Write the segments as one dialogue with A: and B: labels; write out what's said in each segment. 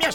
A: das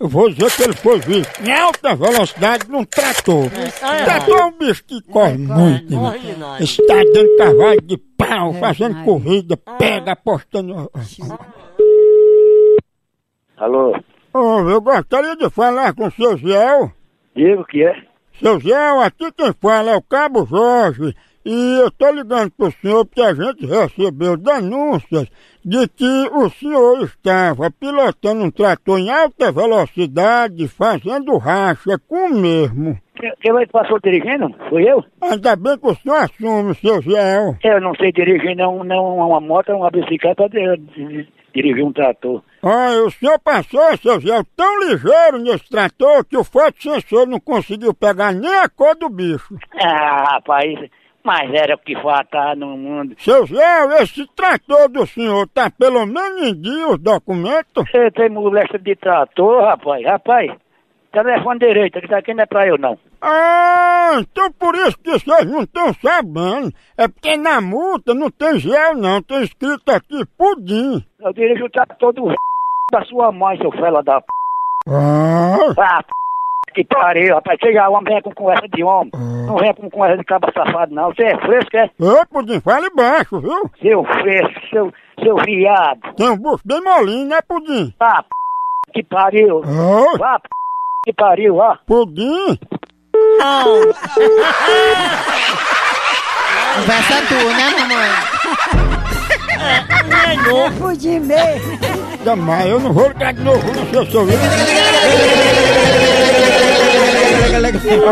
A: Eu vou dizer que ele foi visto em alta velocidade num trator. Trator é um bicho que corre muito. né?
B: Morre de nós.
A: Está dando cavalo de pau, fazendo corrida, pega, apostando.
C: Alô,
A: Ô, eu gostaria de falar com o seu Ziel.
C: Diego, que é?
A: Seu Ziel, aqui quem fala é o Cabo Jorge. E eu tô ligando pro senhor porque a gente recebeu denúncias de que o senhor estava pilotando um trator em alta velocidade, fazendo racha com o mesmo.
C: Quem, quem vai que passou dirigindo? Fui eu?
A: Ainda bem que o senhor assume, seu Ziel.
C: Eu não sei dirigir não, não uma moto, uma bicicleta, de- de- dirigir um trator.
A: Olha, o senhor passou, seu Zé, tão ligeiro nesse trator que o fotossensor não conseguiu pegar nem a cor do bicho.
C: Ah, rapaz, mas era o que faltava no mundo.
A: Seu Zé, esse trator do senhor tá pelo menos em dia os documentos?
C: Você tem molesta de trator, rapaz, rapaz. Telefone direito, que daqui não é pra eu não.
A: Ah, então por isso que vocês não estão sabendo. É porque na multa não tem gel não, tem escrito aqui pudim.
C: Eu dirijo o trator do da sua mãe, seu fela da p...
A: Ah,
C: Ah, p... que pariu, rapaz. Você já é um homem, vem com conversa de homem. Não vem com conversa de cabo safado, não. Você é fresco, é?
A: ô pudim, fale baixo, viu?
C: Seu fresco, seu, seu viado.
A: Tem um bucho bem molinho, né pudim?
C: Ah, p... que pariu.
A: Ah,
C: Ah, p... que pariu, Ah, ó.
A: pudim?
D: Conversa tu, né, mamãe?
A: Jamais, eu não vou ligar de novo no seu celular.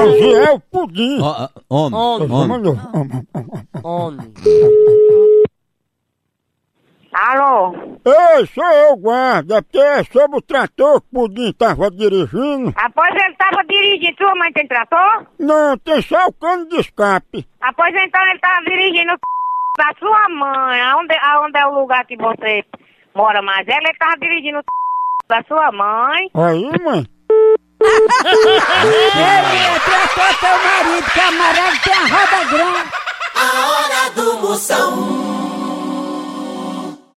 A: O Zé é o pudim.
E: Ó, ó, Homem,
B: Homem.
E: homem.
A: Mano,
B: Homem.
F: Alô?
A: Ei, sou eu, guarda, porque é sobre o trator que o pudim tava dirigindo.
F: Após ele tava dirigindo, sua mãe tem trator?
A: Não, tem só o cano de escape.
F: Após então ele tava dirigindo o da sua mãe. Aonde, aonde é o lugar que você mora mais? Ela ele tava dirigindo o da sua mãe.
A: Aí, mãe.
G: A hora do Moção.